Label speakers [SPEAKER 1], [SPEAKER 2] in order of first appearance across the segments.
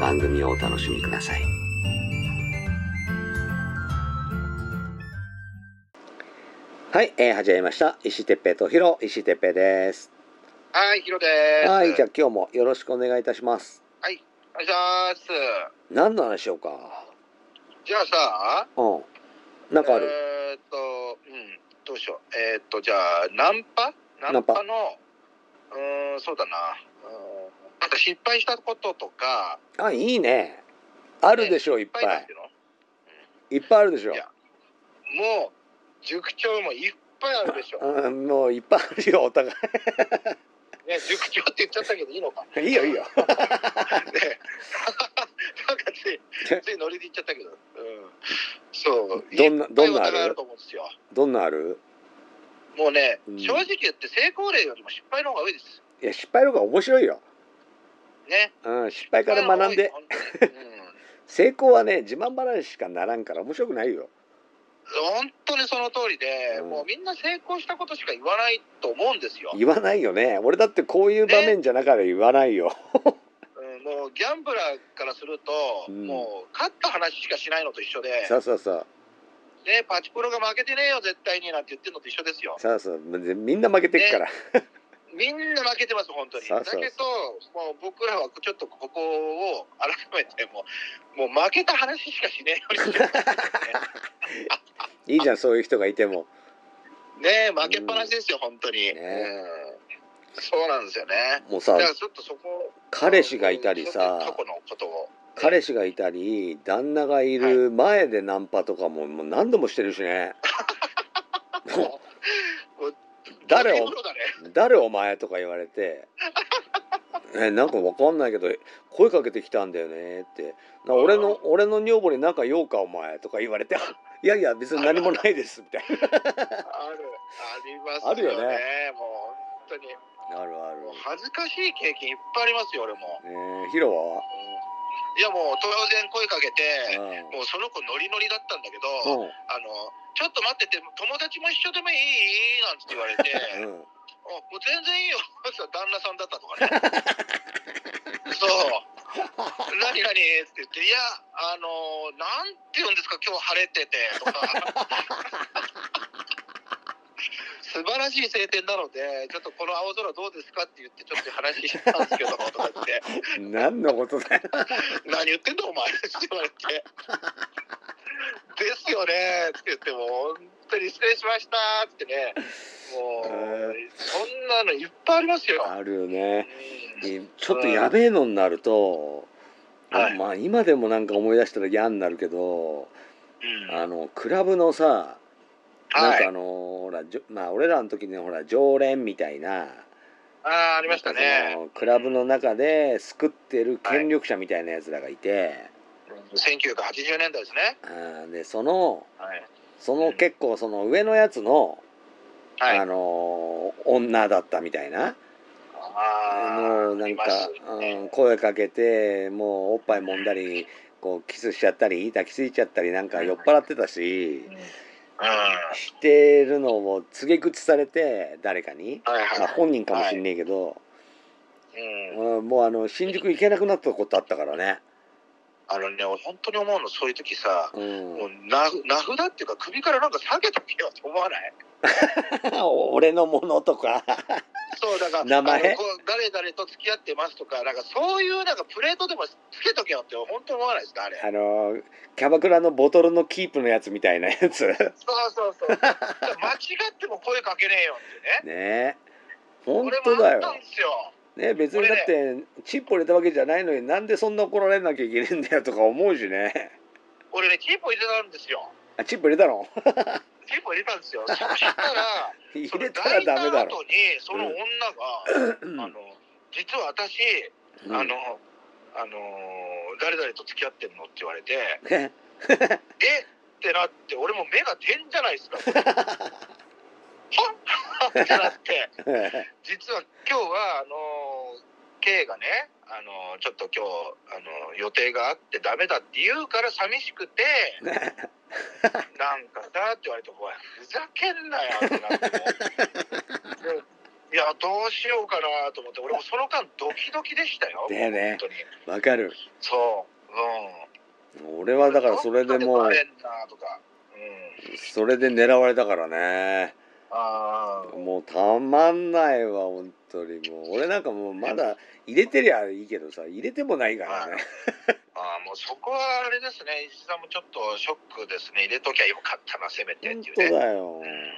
[SPEAKER 1] 番組をお楽しみください。はい、えー、始めました。石井哲平とひろ、石井哲平です。
[SPEAKER 2] はい、ヒロです。
[SPEAKER 1] はい、じゃ
[SPEAKER 2] あ
[SPEAKER 1] あ。今日もよろしくお願いいたします。
[SPEAKER 2] はい、お願いします。
[SPEAKER 1] 何の話しようか。
[SPEAKER 2] じゃあさ、
[SPEAKER 1] うん。なんかある。
[SPEAKER 2] えーっと、うん、どうしよう。えーっと、じゃあ、ナンパナ
[SPEAKER 1] ナン
[SPEAKER 2] ン
[SPEAKER 1] パ
[SPEAKER 2] パの、うーん、そうだな。うんなんか失敗したこととか、
[SPEAKER 1] あ、いいね。あるでしょう、いっ
[SPEAKER 2] いっ
[SPEAKER 1] ぱ
[SPEAKER 2] ぱいなん
[SPEAKER 1] い
[SPEAKER 2] て。いうの
[SPEAKER 1] いっぱいあるでしょ
[SPEAKER 2] いやもう、塾長もいっぱいあるでしょ。
[SPEAKER 1] う。うん、もういっぱいあるよ、お互
[SPEAKER 2] ね、塾長って言っちゃったけど、いい のか。ね、
[SPEAKER 1] い。いいよ、いいよ。
[SPEAKER 2] なんか つい、ついノリで言っちゃったけど。うん。そう。
[SPEAKER 1] どんない
[SPEAKER 2] っぱい
[SPEAKER 1] どんなある
[SPEAKER 2] お互いあると思うんですよ。
[SPEAKER 1] どんなある
[SPEAKER 2] もうね、
[SPEAKER 1] うん
[SPEAKER 2] 正直言って成功例よりも失敗の方が多いです。
[SPEAKER 1] いや、失敗の方が面白いよ。
[SPEAKER 2] ね。
[SPEAKER 1] うん、失敗から学んで、
[SPEAKER 2] 本当に。
[SPEAKER 1] 成功はね、自慢話しかならんから面白くないよ。
[SPEAKER 2] うん本当にその通りで、
[SPEAKER 1] うん
[SPEAKER 2] もうみんな成功したことしか言わないと思うんですよ。
[SPEAKER 1] 言わないよね。俺だってこういう場面じゃなから言わないよ。
[SPEAKER 2] うんもうギャンブラーからすると、
[SPEAKER 1] うん
[SPEAKER 2] もう勝った話しかしないのと一緒で、
[SPEAKER 1] さあさあさあ。
[SPEAKER 2] ね、パチプロが負けてねえよ、絶対になんて言ってるのと一緒ですよ。
[SPEAKER 1] さあさあ、みんな負けてっから。
[SPEAKER 2] みんな負けてます、本当に。
[SPEAKER 1] そうそうそう
[SPEAKER 2] だけど、もう僕らはちょっとここを改めてもう、もう負けた話しかしねえようにして ますね
[SPEAKER 1] いいじゃん、そういう人がいても。
[SPEAKER 2] ねえ負けっぱなしですよ、本当に、
[SPEAKER 1] ね
[SPEAKER 2] うんそうなんですよね
[SPEAKER 1] もうさ
[SPEAKER 2] だか、らちょっとそこ
[SPEAKER 1] 彼氏がいたりさ
[SPEAKER 2] そこのことを
[SPEAKER 1] 彼氏がいたり旦那がいる前でナンパとかももう何度もしてるし ねもう誰を
[SPEAKER 2] そういうことだね
[SPEAKER 1] 「誰お前」とか言われ て「えなんかわかんないけど声かけてきたんだよね」って「な俺の俺の女房になんか用かお前」とか言われて 「いやいや別に何もないです」みたい
[SPEAKER 2] あるあります
[SPEAKER 1] あるよね
[SPEAKER 2] もう本当に
[SPEAKER 1] なあるある
[SPEAKER 2] もう恥ずかしい経験いっぱいありますよ俺も、
[SPEAKER 1] ねえヒロは
[SPEAKER 2] うんいやもう当然声かけて
[SPEAKER 1] うん
[SPEAKER 2] もうその子ノリノリだったんだけ
[SPEAKER 1] う
[SPEAKER 2] ど、
[SPEAKER 1] ん
[SPEAKER 2] あのちょっと待ってて友達も一緒でもいいなんて言われ て、
[SPEAKER 1] うん
[SPEAKER 2] あもう全然いいよ そしたら旦那さんだったとかね そう「何何?」って言って「いやあのーなんて言うんですか今日晴れてて」とか 素晴らしい晴天なのでちょっとこの青空どうですかって言ってちょっと話したんですけどとか言って
[SPEAKER 1] 何のこと だよ
[SPEAKER 2] 「何言ってんだお前」って言われて「ですよね」って言ってもう本当に失礼しましたってねもうそんなのいっぱいありますよ。
[SPEAKER 1] あるよね
[SPEAKER 2] うん
[SPEAKER 1] えちょっとやべえのになると、
[SPEAKER 2] はい
[SPEAKER 1] まあ今でもなんか思い出したら嫌になるけどあのクラブのさなん
[SPEAKER 2] はい
[SPEAKER 1] かあのほらじょまあ俺らの時にほら常連みたいな
[SPEAKER 2] あーありました
[SPEAKER 1] なんかそ
[SPEAKER 2] ね。
[SPEAKER 1] のクラブの中ですくってる権力者みたいなやつらがいて、
[SPEAKER 2] 1980年代ですね。
[SPEAKER 1] あーでその
[SPEAKER 2] はい。
[SPEAKER 1] その結構その上のやつの、
[SPEAKER 2] はい。
[SPEAKER 1] あの女だったみたいなあの
[SPEAKER 2] あ
[SPEAKER 1] な
[SPEAKER 2] り
[SPEAKER 1] ん
[SPEAKER 2] ま
[SPEAKER 1] か
[SPEAKER 2] す、
[SPEAKER 1] う
[SPEAKER 2] ね
[SPEAKER 1] ん、声かけてもうおっぱい揉んだりこうキスしちゃったり抱きついちゃったりなんか酔っ払ってたし
[SPEAKER 2] うん。
[SPEAKER 1] してるのを告げ口されて誰かに、
[SPEAKER 2] はいはい
[SPEAKER 1] まあ、本人かもしんねえけど、
[SPEAKER 2] うん
[SPEAKER 1] うん、もうあの新宿行けなくなったことあったからね、
[SPEAKER 2] あのね、俺本当に思うの、そういう時さ、
[SPEAKER 1] うん
[SPEAKER 2] もう、な、名札っていうか、首からなんか下げとけよって思わない。
[SPEAKER 1] 俺のものとか
[SPEAKER 2] そうだから
[SPEAKER 1] 名前
[SPEAKER 2] あのこう誰々と付き合ってますとかなんかそういうなんかプレートでもつけとけよって本当思わないですかあれ
[SPEAKER 1] あのキャバクラのボトルのキープのやつみたいなやつ
[SPEAKER 2] そうそう そう間違っても声かけねえよってね
[SPEAKER 1] ね本
[SPEAKER 2] 俺
[SPEAKER 1] 当
[SPEAKER 2] も
[SPEAKER 1] だ
[SPEAKER 2] あっ
[SPEAKER 1] よ
[SPEAKER 2] たんですよ
[SPEAKER 1] ね別にだってチップ入れたわけじゃないのになんでそんな怒られなきゃいけねえんだよとか思うしね
[SPEAKER 2] 俺ねチープ入れたんですよ
[SPEAKER 1] あチップ入れたの
[SPEAKER 2] チープ入れたんで すよそうしたら
[SPEAKER 1] 入れたらダメだろ
[SPEAKER 2] その抱いた後にその女が、
[SPEAKER 1] うん
[SPEAKER 2] あの実は私、
[SPEAKER 1] うん
[SPEAKER 2] あのあのー誰々と付き合ってんのって言われて
[SPEAKER 1] ね
[SPEAKER 2] えってなって俺も目が点じゃない ですかこれはっってなって実は今日はあのー K がね、あのーちょっと今日、あのー予定があってダメだって言うから寂し くてなんかさって言われて「おいふざけんなよ」ってなってもうでいやどうしようかなと思って俺もその間ドキドキでしたよ、
[SPEAKER 1] だよね
[SPEAKER 2] 本当に
[SPEAKER 1] わかる
[SPEAKER 2] そううん
[SPEAKER 1] 俺はだからそれでも
[SPEAKER 2] どっか
[SPEAKER 1] う
[SPEAKER 2] バレんなとかうん
[SPEAKER 1] それで狙われたからね
[SPEAKER 2] あー
[SPEAKER 1] もうたまんないわ本当にもう俺なんかもうまだ入れてりゃいいけどさ入れてもないから ね
[SPEAKER 2] あーもうそこはあれですね石井さんもちょっとショックですね入れときゃよかったなせめてっ
[SPEAKER 1] 本
[SPEAKER 2] ていう
[SPEAKER 1] 当
[SPEAKER 2] ね
[SPEAKER 1] だよ
[SPEAKER 2] うん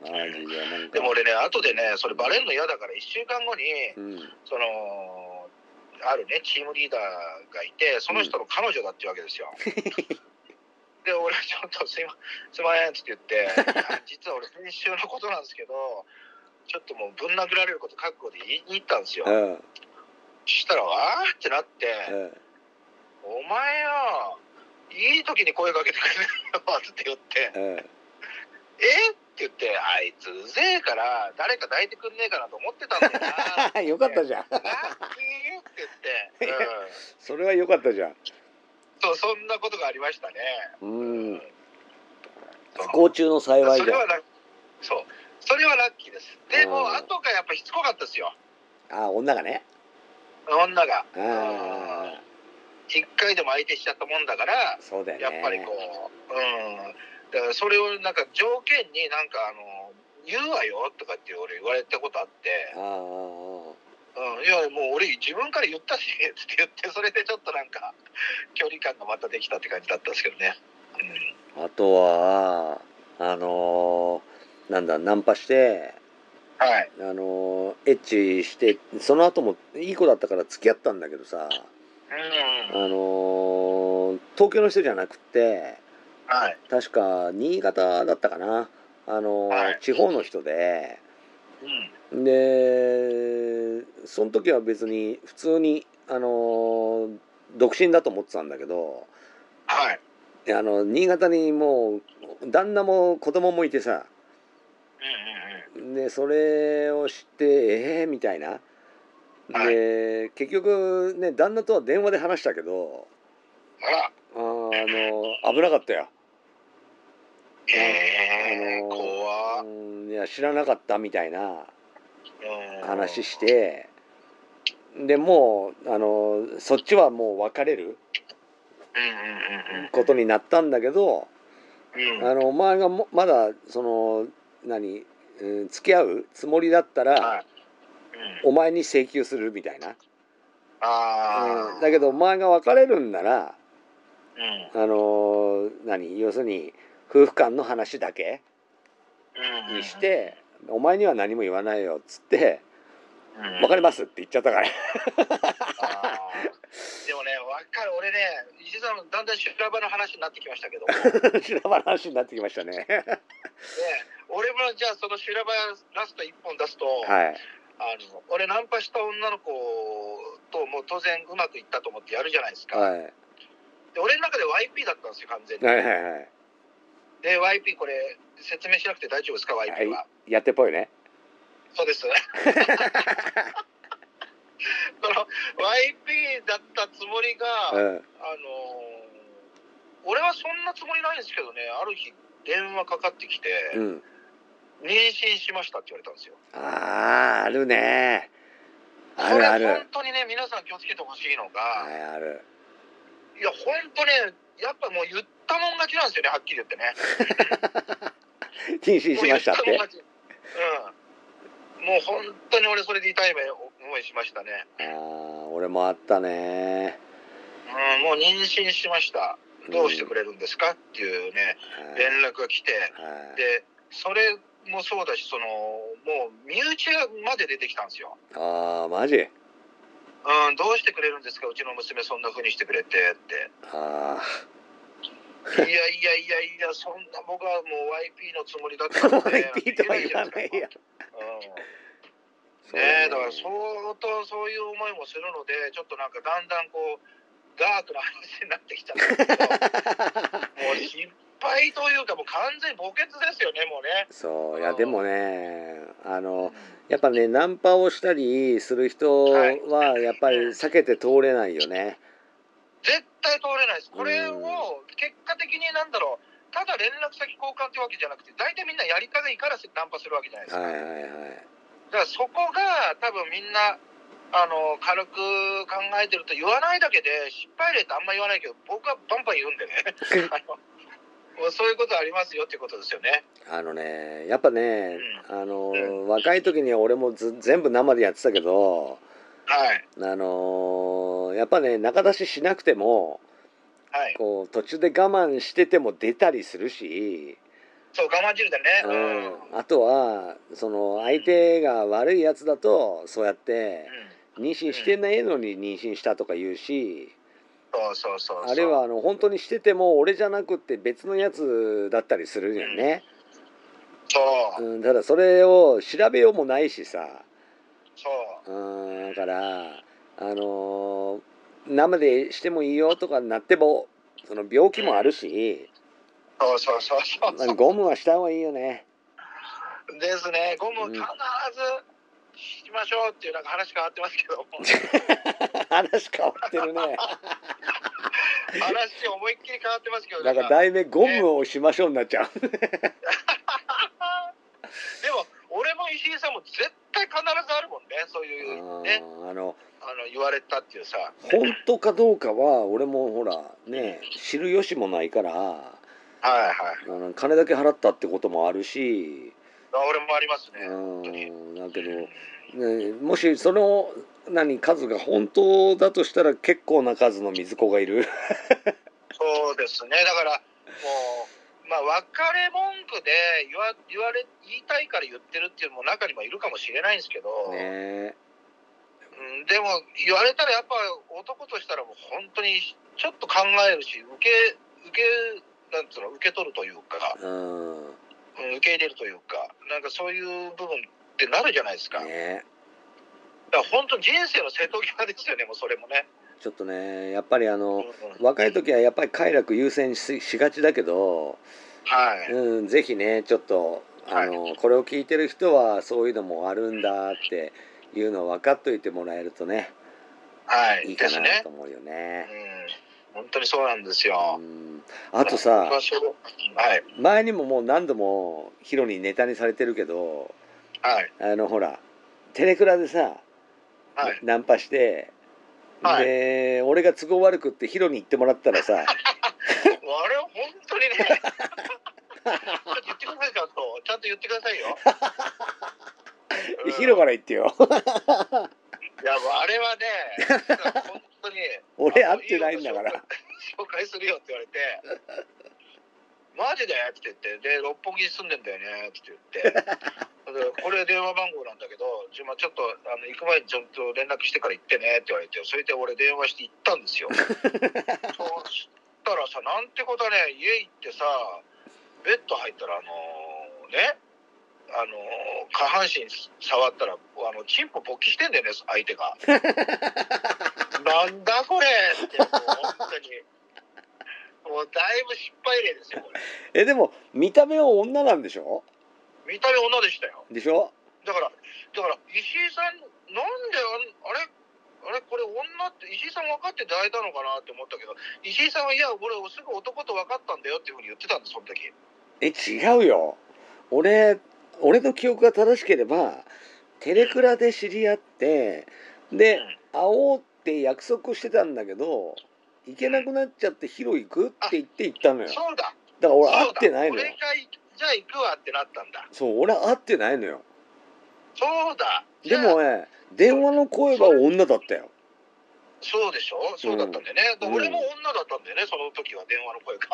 [SPEAKER 1] マジでなんか
[SPEAKER 2] でも俺ね後でねそれバレんの嫌だから1週間後に
[SPEAKER 1] うん
[SPEAKER 2] そのあるねチームリーダーがいてその人の彼女だっていうわ けですよ、で俺ちょっとすいま「すいません」っつって言って あ「実は俺先週のことなんですけどちょっともうぶん殴られること覚悟で言いに行ったんですよ」
[SPEAKER 1] うんうん
[SPEAKER 2] そしたらわーってなって、お前よ、いい時に声かけてくれるよって言って、
[SPEAKER 1] うん
[SPEAKER 2] えって言って、あいつうぜえから、誰か抱いてくんねえかなと思ってたんだ よな。
[SPEAKER 1] よかったじゃん。
[SPEAKER 2] ラッキーっ て言って、うん
[SPEAKER 1] それはよかったじゃん。
[SPEAKER 2] そう、そんなことがありましたね。
[SPEAKER 1] うん。
[SPEAKER 2] そう
[SPEAKER 1] 不幸中の幸い
[SPEAKER 2] そ
[SPEAKER 1] じゃ
[SPEAKER 2] れ
[SPEAKER 1] ん
[SPEAKER 2] はラッそう。それはラッキーです。で
[SPEAKER 1] う
[SPEAKER 2] も、
[SPEAKER 1] ん
[SPEAKER 2] 後がやっぱしつこかったですよ。。
[SPEAKER 1] あ、女がね。
[SPEAKER 2] 女が。
[SPEAKER 1] ああ、
[SPEAKER 2] 一回でも相手しちゃったもんだから、
[SPEAKER 1] そうだよね。
[SPEAKER 2] やっぱりこう、うん、だからそれをなんか条件になんかあの言うわよとかって俺言われたことあって、
[SPEAKER 1] ああああ。
[SPEAKER 2] うん、いやもう俺自分から言ったし って言ってそれでちょっとなんか距離感がまたできたって感じだったんですけどね、うん、
[SPEAKER 1] あとは、あのーなんだ、ナンパして、
[SPEAKER 2] はい
[SPEAKER 1] あのーエッチして、その後もいい子だったから付き合ったんだけどさ、あ
[SPEAKER 2] うん
[SPEAKER 1] のー東京の人じゃなくって、
[SPEAKER 2] はい
[SPEAKER 1] 確か新潟だったかな。あのー
[SPEAKER 2] はい
[SPEAKER 1] 地方の人で、
[SPEAKER 2] うん
[SPEAKER 1] でその時は別に普通にあの独身だと思ってたんだけど
[SPEAKER 2] はい
[SPEAKER 1] あの新潟にもう旦那も子供もいてさ
[SPEAKER 2] う
[SPEAKER 1] でそれを知ってええみたいなで、結局ね旦那とは電話で話したけど
[SPEAKER 2] んうんうんあら
[SPEAKER 1] あーあの危なかったよ、
[SPEAKER 2] ええ
[SPEAKER 1] あのー
[SPEAKER 2] 怖っ
[SPEAKER 1] うん、いや知らなかったみたいな
[SPEAKER 2] うん
[SPEAKER 1] 話してでもうあのそっちはもう別れる
[SPEAKER 2] うんうんうん
[SPEAKER 1] ことになったんだけど、
[SPEAKER 2] うん
[SPEAKER 1] あのお前がもまだその何、うん付き合うつもりだったら、
[SPEAKER 2] はいうん
[SPEAKER 1] お前に請求するみたいな、
[SPEAKER 2] あ
[SPEAKER 1] うん
[SPEAKER 2] あ
[SPEAKER 1] だけどお前が別れるんなら
[SPEAKER 2] うんうん
[SPEAKER 1] あのー何要するに夫婦間の話だけ
[SPEAKER 2] うん
[SPEAKER 1] にして、お前には何も言わないよっつって「
[SPEAKER 2] うん
[SPEAKER 1] 別れます」って言っちゃったから
[SPEAKER 2] あー でもね、わかる、俺ね、石井さん、だんだん修羅場の話になってきま したけども、ね、
[SPEAKER 1] 修羅場の話になってきましたね
[SPEAKER 2] 俺もじゃあ、その修羅場ラスト1本出すと、
[SPEAKER 1] はい
[SPEAKER 2] あの、俺、ナンパした女の子と、もう当然、うまくいったと思ってやるじゃないですか。
[SPEAKER 1] はい
[SPEAKER 2] で俺の中で YP だったんですよ、完全に。
[SPEAKER 1] はいはいはい
[SPEAKER 2] で、YP、これ、説明しなくて大丈夫ですか、YP は。
[SPEAKER 1] やってっぽいね
[SPEAKER 2] そ うです。その YP だったつもりが、
[SPEAKER 1] うん
[SPEAKER 2] あのー俺はそんなつもりないんですけどね、ある日、電話かかってきて、
[SPEAKER 1] うん
[SPEAKER 2] 妊娠しましたって言われたんですよ。
[SPEAKER 1] あーあるねあるあ
[SPEAKER 2] こ
[SPEAKER 1] る
[SPEAKER 2] れ、本当にね、皆さん気をつけてほしい
[SPEAKER 1] は
[SPEAKER 2] のが、
[SPEAKER 1] いある
[SPEAKER 2] いや、本当ね、やっぱもう言ったもん勝ちなんですよね、はっきり言ってね。
[SPEAKER 1] 妊娠しましたって。
[SPEAKER 2] もう言ったもん勝ちうん。もう本当に俺それで痛い思いしましたね。
[SPEAKER 1] ああ、俺もあったね。
[SPEAKER 2] うん、もう妊娠しました。どうしてくれるんですかっていうね、
[SPEAKER 1] はい
[SPEAKER 2] 連絡が来て、
[SPEAKER 1] はい。
[SPEAKER 2] で、それもそうだし、その、もう身内まで出てきたんですよ。
[SPEAKER 1] ああ、マジ
[SPEAKER 2] うん、どうしてくれるんですかうちの娘そんな風にしてくれてって。
[SPEAKER 1] あ
[SPEAKER 2] いやいやいやいや、そんな僕はもう YP のつもりだっ
[SPEAKER 1] あ。
[SPEAKER 2] た
[SPEAKER 1] も
[SPEAKER 2] の
[SPEAKER 1] う
[SPEAKER 2] で。
[SPEAKER 1] ピーとは言わないや。
[SPEAKER 2] うん
[SPEAKER 1] そう
[SPEAKER 2] ねえ、だから
[SPEAKER 1] ね
[SPEAKER 2] 相当そういう思いもするので、ちょっとなんかだんだんこう、ダークな話になってき ちゃったけど、もう失敗というか、もう完全に墓穴ですよね、もうね。
[SPEAKER 1] そういやでもねあのやっぱねナンパをしたりする人はやっぱり避けて通れないよね。
[SPEAKER 2] 絶対通れないです。これ
[SPEAKER 1] うん
[SPEAKER 2] を結果的になんだろう、ただ連絡先交換ってわけじゃなくて、大体みんなやりたがいからナンパするわけじゃないです
[SPEAKER 1] はい
[SPEAKER 2] か。
[SPEAKER 1] はい
[SPEAKER 2] だ
[SPEAKER 1] はい。
[SPEAKER 2] からそこが多分みんな、あの軽く考えてると言わないだけで失敗例ってあんま言わないけど僕はバンバン言うんでねあのもうそういうこと ありますよっていうことですよね。
[SPEAKER 1] あのねやっぱねあの若い時には俺もず全部生でやってたけど
[SPEAKER 2] はい
[SPEAKER 1] あのやっぱね仲出ししなくても
[SPEAKER 2] はい。
[SPEAKER 1] こう途中で我慢してても出たりするし。
[SPEAKER 2] そう我慢汁だね。
[SPEAKER 1] う
[SPEAKER 2] うん。うん
[SPEAKER 1] ん、あとはその相手が悪いやつだとそうやって妊娠してないのに妊娠したとか言うし
[SPEAKER 2] そうそうそうそう。
[SPEAKER 1] あるいはあの本当にしてても俺じゃなくて別のやつだったりするよね、
[SPEAKER 2] そう
[SPEAKER 1] うん、ただそれを調べようもないしさ、
[SPEAKER 2] そう
[SPEAKER 1] うん、だからあの生でしてもいいよとかなってもその病気もあるし
[SPEAKER 2] そうそうそうそう
[SPEAKER 1] まあゴムはした方がいいよね。
[SPEAKER 2] ですね。ゴム
[SPEAKER 1] うん
[SPEAKER 2] 必ずしましょうっていうなんか話変わってますけ ども、
[SPEAKER 1] 話変わってるね。
[SPEAKER 2] 話思いっきり変わってますけど、
[SPEAKER 1] なんか題名ゴムをしましょうになっちゃう。
[SPEAKER 2] でも俺も石井さんも絶対必ずあるもんね。そういうね
[SPEAKER 1] あーあの
[SPEAKER 2] あの言われたっていうさ。
[SPEAKER 1] 本当かどうかは俺もほらね知る由もないから
[SPEAKER 2] はいはい。
[SPEAKER 1] あの金だけ払ったってこともあるし
[SPEAKER 2] あ俺もあります
[SPEAKER 1] う
[SPEAKER 2] ね。本当に。
[SPEAKER 1] んだけど、ね、もしその何数が本当だとしたら結構な数の水子がいる
[SPEAKER 2] そうですね、だから、もう、まあ、別れ文句で言わ言われ、言いたいから言ってるっていうのも中にもいるかもしれないんですけど、
[SPEAKER 1] ね
[SPEAKER 2] うん、でも、言われたらやっぱ男としたら、もう本当にちょっと考えるし、受け、受け、なんつうの、受け取るというか、
[SPEAKER 1] うん
[SPEAKER 2] うん受け入れるというか、なんかそういう部分ってなるじゃないですか。
[SPEAKER 1] ね
[SPEAKER 2] だから本当、人生の瀬戸際ですよね、もうそれもね。
[SPEAKER 1] ちょっとねやっぱりあ
[SPEAKER 2] うん
[SPEAKER 1] の
[SPEAKER 2] うん
[SPEAKER 1] 若い時はやっぱり快楽優先ししがちだけど
[SPEAKER 2] はい。
[SPEAKER 1] うん、ぜひねちょっとあの、これを聞いてる人はそういうのもあるんだっていうのを分かっといてもらえるとね
[SPEAKER 2] はい
[SPEAKER 1] い
[SPEAKER 2] い。
[SPEAKER 1] か
[SPEAKER 2] です
[SPEAKER 1] な
[SPEAKER 2] ね
[SPEAKER 1] と。思うよ
[SPEAKER 2] うん
[SPEAKER 1] ね。。
[SPEAKER 2] 本当にそうなんです
[SPEAKER 1] う
[SPEAKER 2] よ。
[SPEAKER 1] ん、あとさ
[SPEAKER 2] まあそうはい。
[SPEAKER 1] 前にももう何度もヒロにネタにされてるけど
[SPEAKER 2] はい。
[SPEAKER 1] あのほらテレクラでさ、
[SPEAKER 2] はい。
[SPEAKER 1] ナンパして、
[SPEAKER 2] はい
[SPEAKER 1] で俺が都合悪くってヒロに行ってもらったら さ
[SPEAKER 2] あれ、本当にね。ちょっと言ってください、ちゃんと。ちゃんと言ってくださいよ。うん
[SPEAKER 1] ヒロから言ってよ
[SPEAKER 2] いや、もうあれはね、本当に。
[SPEAKER 1] 俺会ってないんだから
[SPEAKER 2] あの。いいよ紹介するよって言われて。マジでって言って、で、六本木に住んでんだよねって言って。でこれ電話番号なんだけど、ちょまあちょっとあの行く前にちゃんと連絡してから行ってねって言われて、それで俺電話して行ったんですよ。そうしたらさ、なんてことはね、家行ってさ、ベッド入ったら、あのーね、あのー下半身触ったら、あの、チンポ勃起してんだよね、相手が。なんだこれって、もう本当に。もうだいぶ失敗例ですよ、これ。
[SPEAKER 1] えでも見た目は女なんでしょ
[SPEAKER 2] 見た目女でしたよ。
[SPEAKER 1] でしょ
[SPEAKER 2] だから、だから、石井さん、なんであん、あれ、あれ、これ女って、石井さん分かって抱いたのかなって思ったけど、石井さんは、いや、俺、すぐ男と分かったんだよっていうふうに言ってたんです、その時。
[SPEAKER 1] え違うよ俺俺の記憶が正しければテレクラで知り合ってで会おうって約束してたんだけど行けなくなっちゃってヒロ行くって言って行ったのよだか
[SPEAKER 2] そうだ、
[SPEAKER 1] ら俺
[SPEAKER 2] そう
[SPEAKER 1] 会
[SPEAKER 2] だ
[SPEAKER 1] ってないのよ
[SPEAKER 2] 俺がい、じゃあ行くわってなったんだ
[SPEAKER 1] そう俺は会ってないのよ
[SPEAKER 2] そうだ
[SPEAKER 1] でも
[SPEAKER 2] じゃあ
[SPEAKER 1] ね電話の声は女だったよ
[SPEAKER 2] そうでしょそうだったんだよね、だから俺も女だったんだよねその時は電話の声が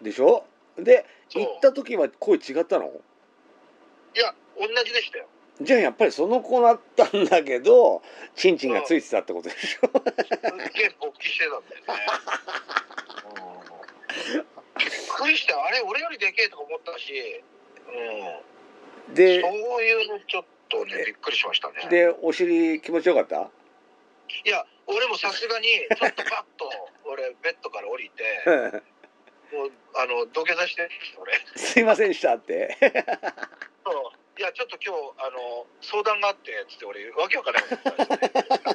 [SPEAKER 1] でしょで
[SPEAKER 2] そう
[SPEAKER 1] 行った時は声違ったの
[SPEAKER 2] いや同じでしたよ
[SPEAKER 1] じゃあやっぱりその子だったんだけどチンチンがついてたってことでしょ
[SPEAKER 2] すっげえ勃起してたんだよねうんびっくりしたよあれ俺よりでけえとか思ったし、うん、
[SPEAKER 1] で
[SPEAKER 2] そういうのちょっとねびっくりしましたね
[SPEAKER 1] でお尻気持ちよかった
[SPEAKER 2] いや俺もさすがにちょっとパッと俺ベッドから降りて
[SPEAKER 1] うん
[SPEAKER 2] もうあの土下座して俺
[SPEAKER 1] すいませんでしたって
[SPEAKER 2] そういやちょっと今日あの相談があってつって俺わけわからなかったんですよねうん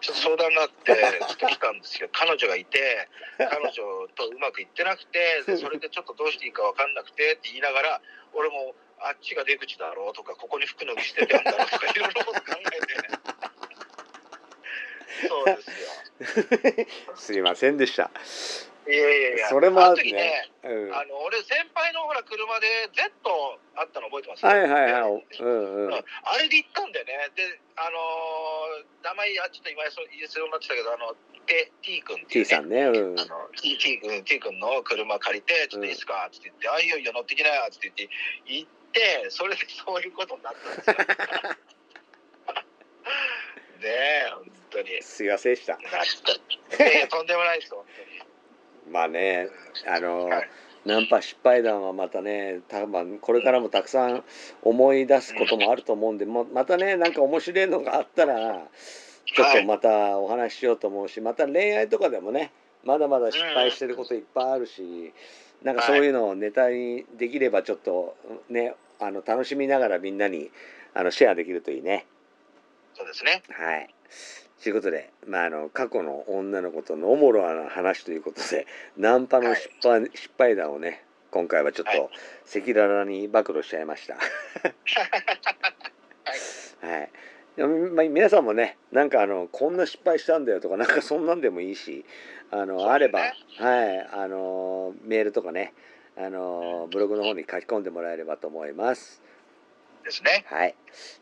[SPEAKER 2] ちょっと相談があってちょっと来たんですけど彼女がいて彼女とうまくいってなく てでそれでちょっとどうしていいかわかんなくてって言いながら俺もあっちが出口だろうとかここに服脱ぎ捨ててあんだろうとかいろいろ考え てそうです よ
[SPEAKER 1] すいませんでした
[SPEAKER 2] いやいやいや
[SPEAKER 1] それもあ
[SPEAKER 2] の
[SPEAKER 1] る
[SPEAKER 2] 時
[SPEAKER 1] ね
[SPEAKER 2] ね
[SPEAKER 1] うん
[SPEAKER 2] あの俺先輩のほら車で Z あったの覚えてます
[SPEAKER 1] はいはいはい
[SPEAKER 2] で
[SPEAKER 1] うんうん
[SPEAKER 2] あれで行ったんだよねであのー名前あちょっと今そう言いそうになってたけどあの T, T 君ってい
[SPEAKER 1] T
[SPEAKER 2] う、ね
[SPEAKER 1] さんねうん
[SPEAKER 2] あの T, T 君 T 君の車借りて「ちょっといいですか?」っつって言って「あいいよいいよ乗ってきなよ」っつって言って行ってそれで そういうことになったんですよ ねえ本当に
[SPEAKER 1] すいませんでした
[SPEAKER 2] なったいやいやとんでもないですよ本
[SPEAKER 1] まあねあの
[SPEAKER 2] はい
[SPEAKER 1] ナンパ失敗談はまたね多分これからもたくさん思い出すこともあると思うんでままたねなんか面白いのがあったらちょっとまたお話ししようと思うしまた恋愛とかでもねまだまだ失敗してることいっぱいあるしなんかそういうのをネタにできればちょっとねあの楽しみながらみんなにあのシェアできるといいね。
[SPEAKER 2] 当にそうですね
[SPEAKER 1] はい。ということで、まあ、あの過去の女の子とのおもろな話ということで ナンパの失敗,、失敗談をね今回はちょっ
[SPEAKER 2] はい
[SPEAKER 1] と赤裸々に暴露しちゃいま した。はいでもまあ、皆さんもねなんかあのこんな失敗したんだよとかなんかそんなんでもいいしあの、
[SPEAKER 2] そうだよね
[SPEAKER 1] あれば、はい、あのメールとかねあのブログの方に書き込んでもらえればと思います。
[SPEAKER 2] ですね
[SPEAKER 1] はい、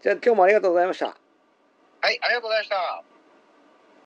[SPEAKER 1] じゃあ今日もありがとうございました。
[SPEAKER 2] はい、ありがとうございました。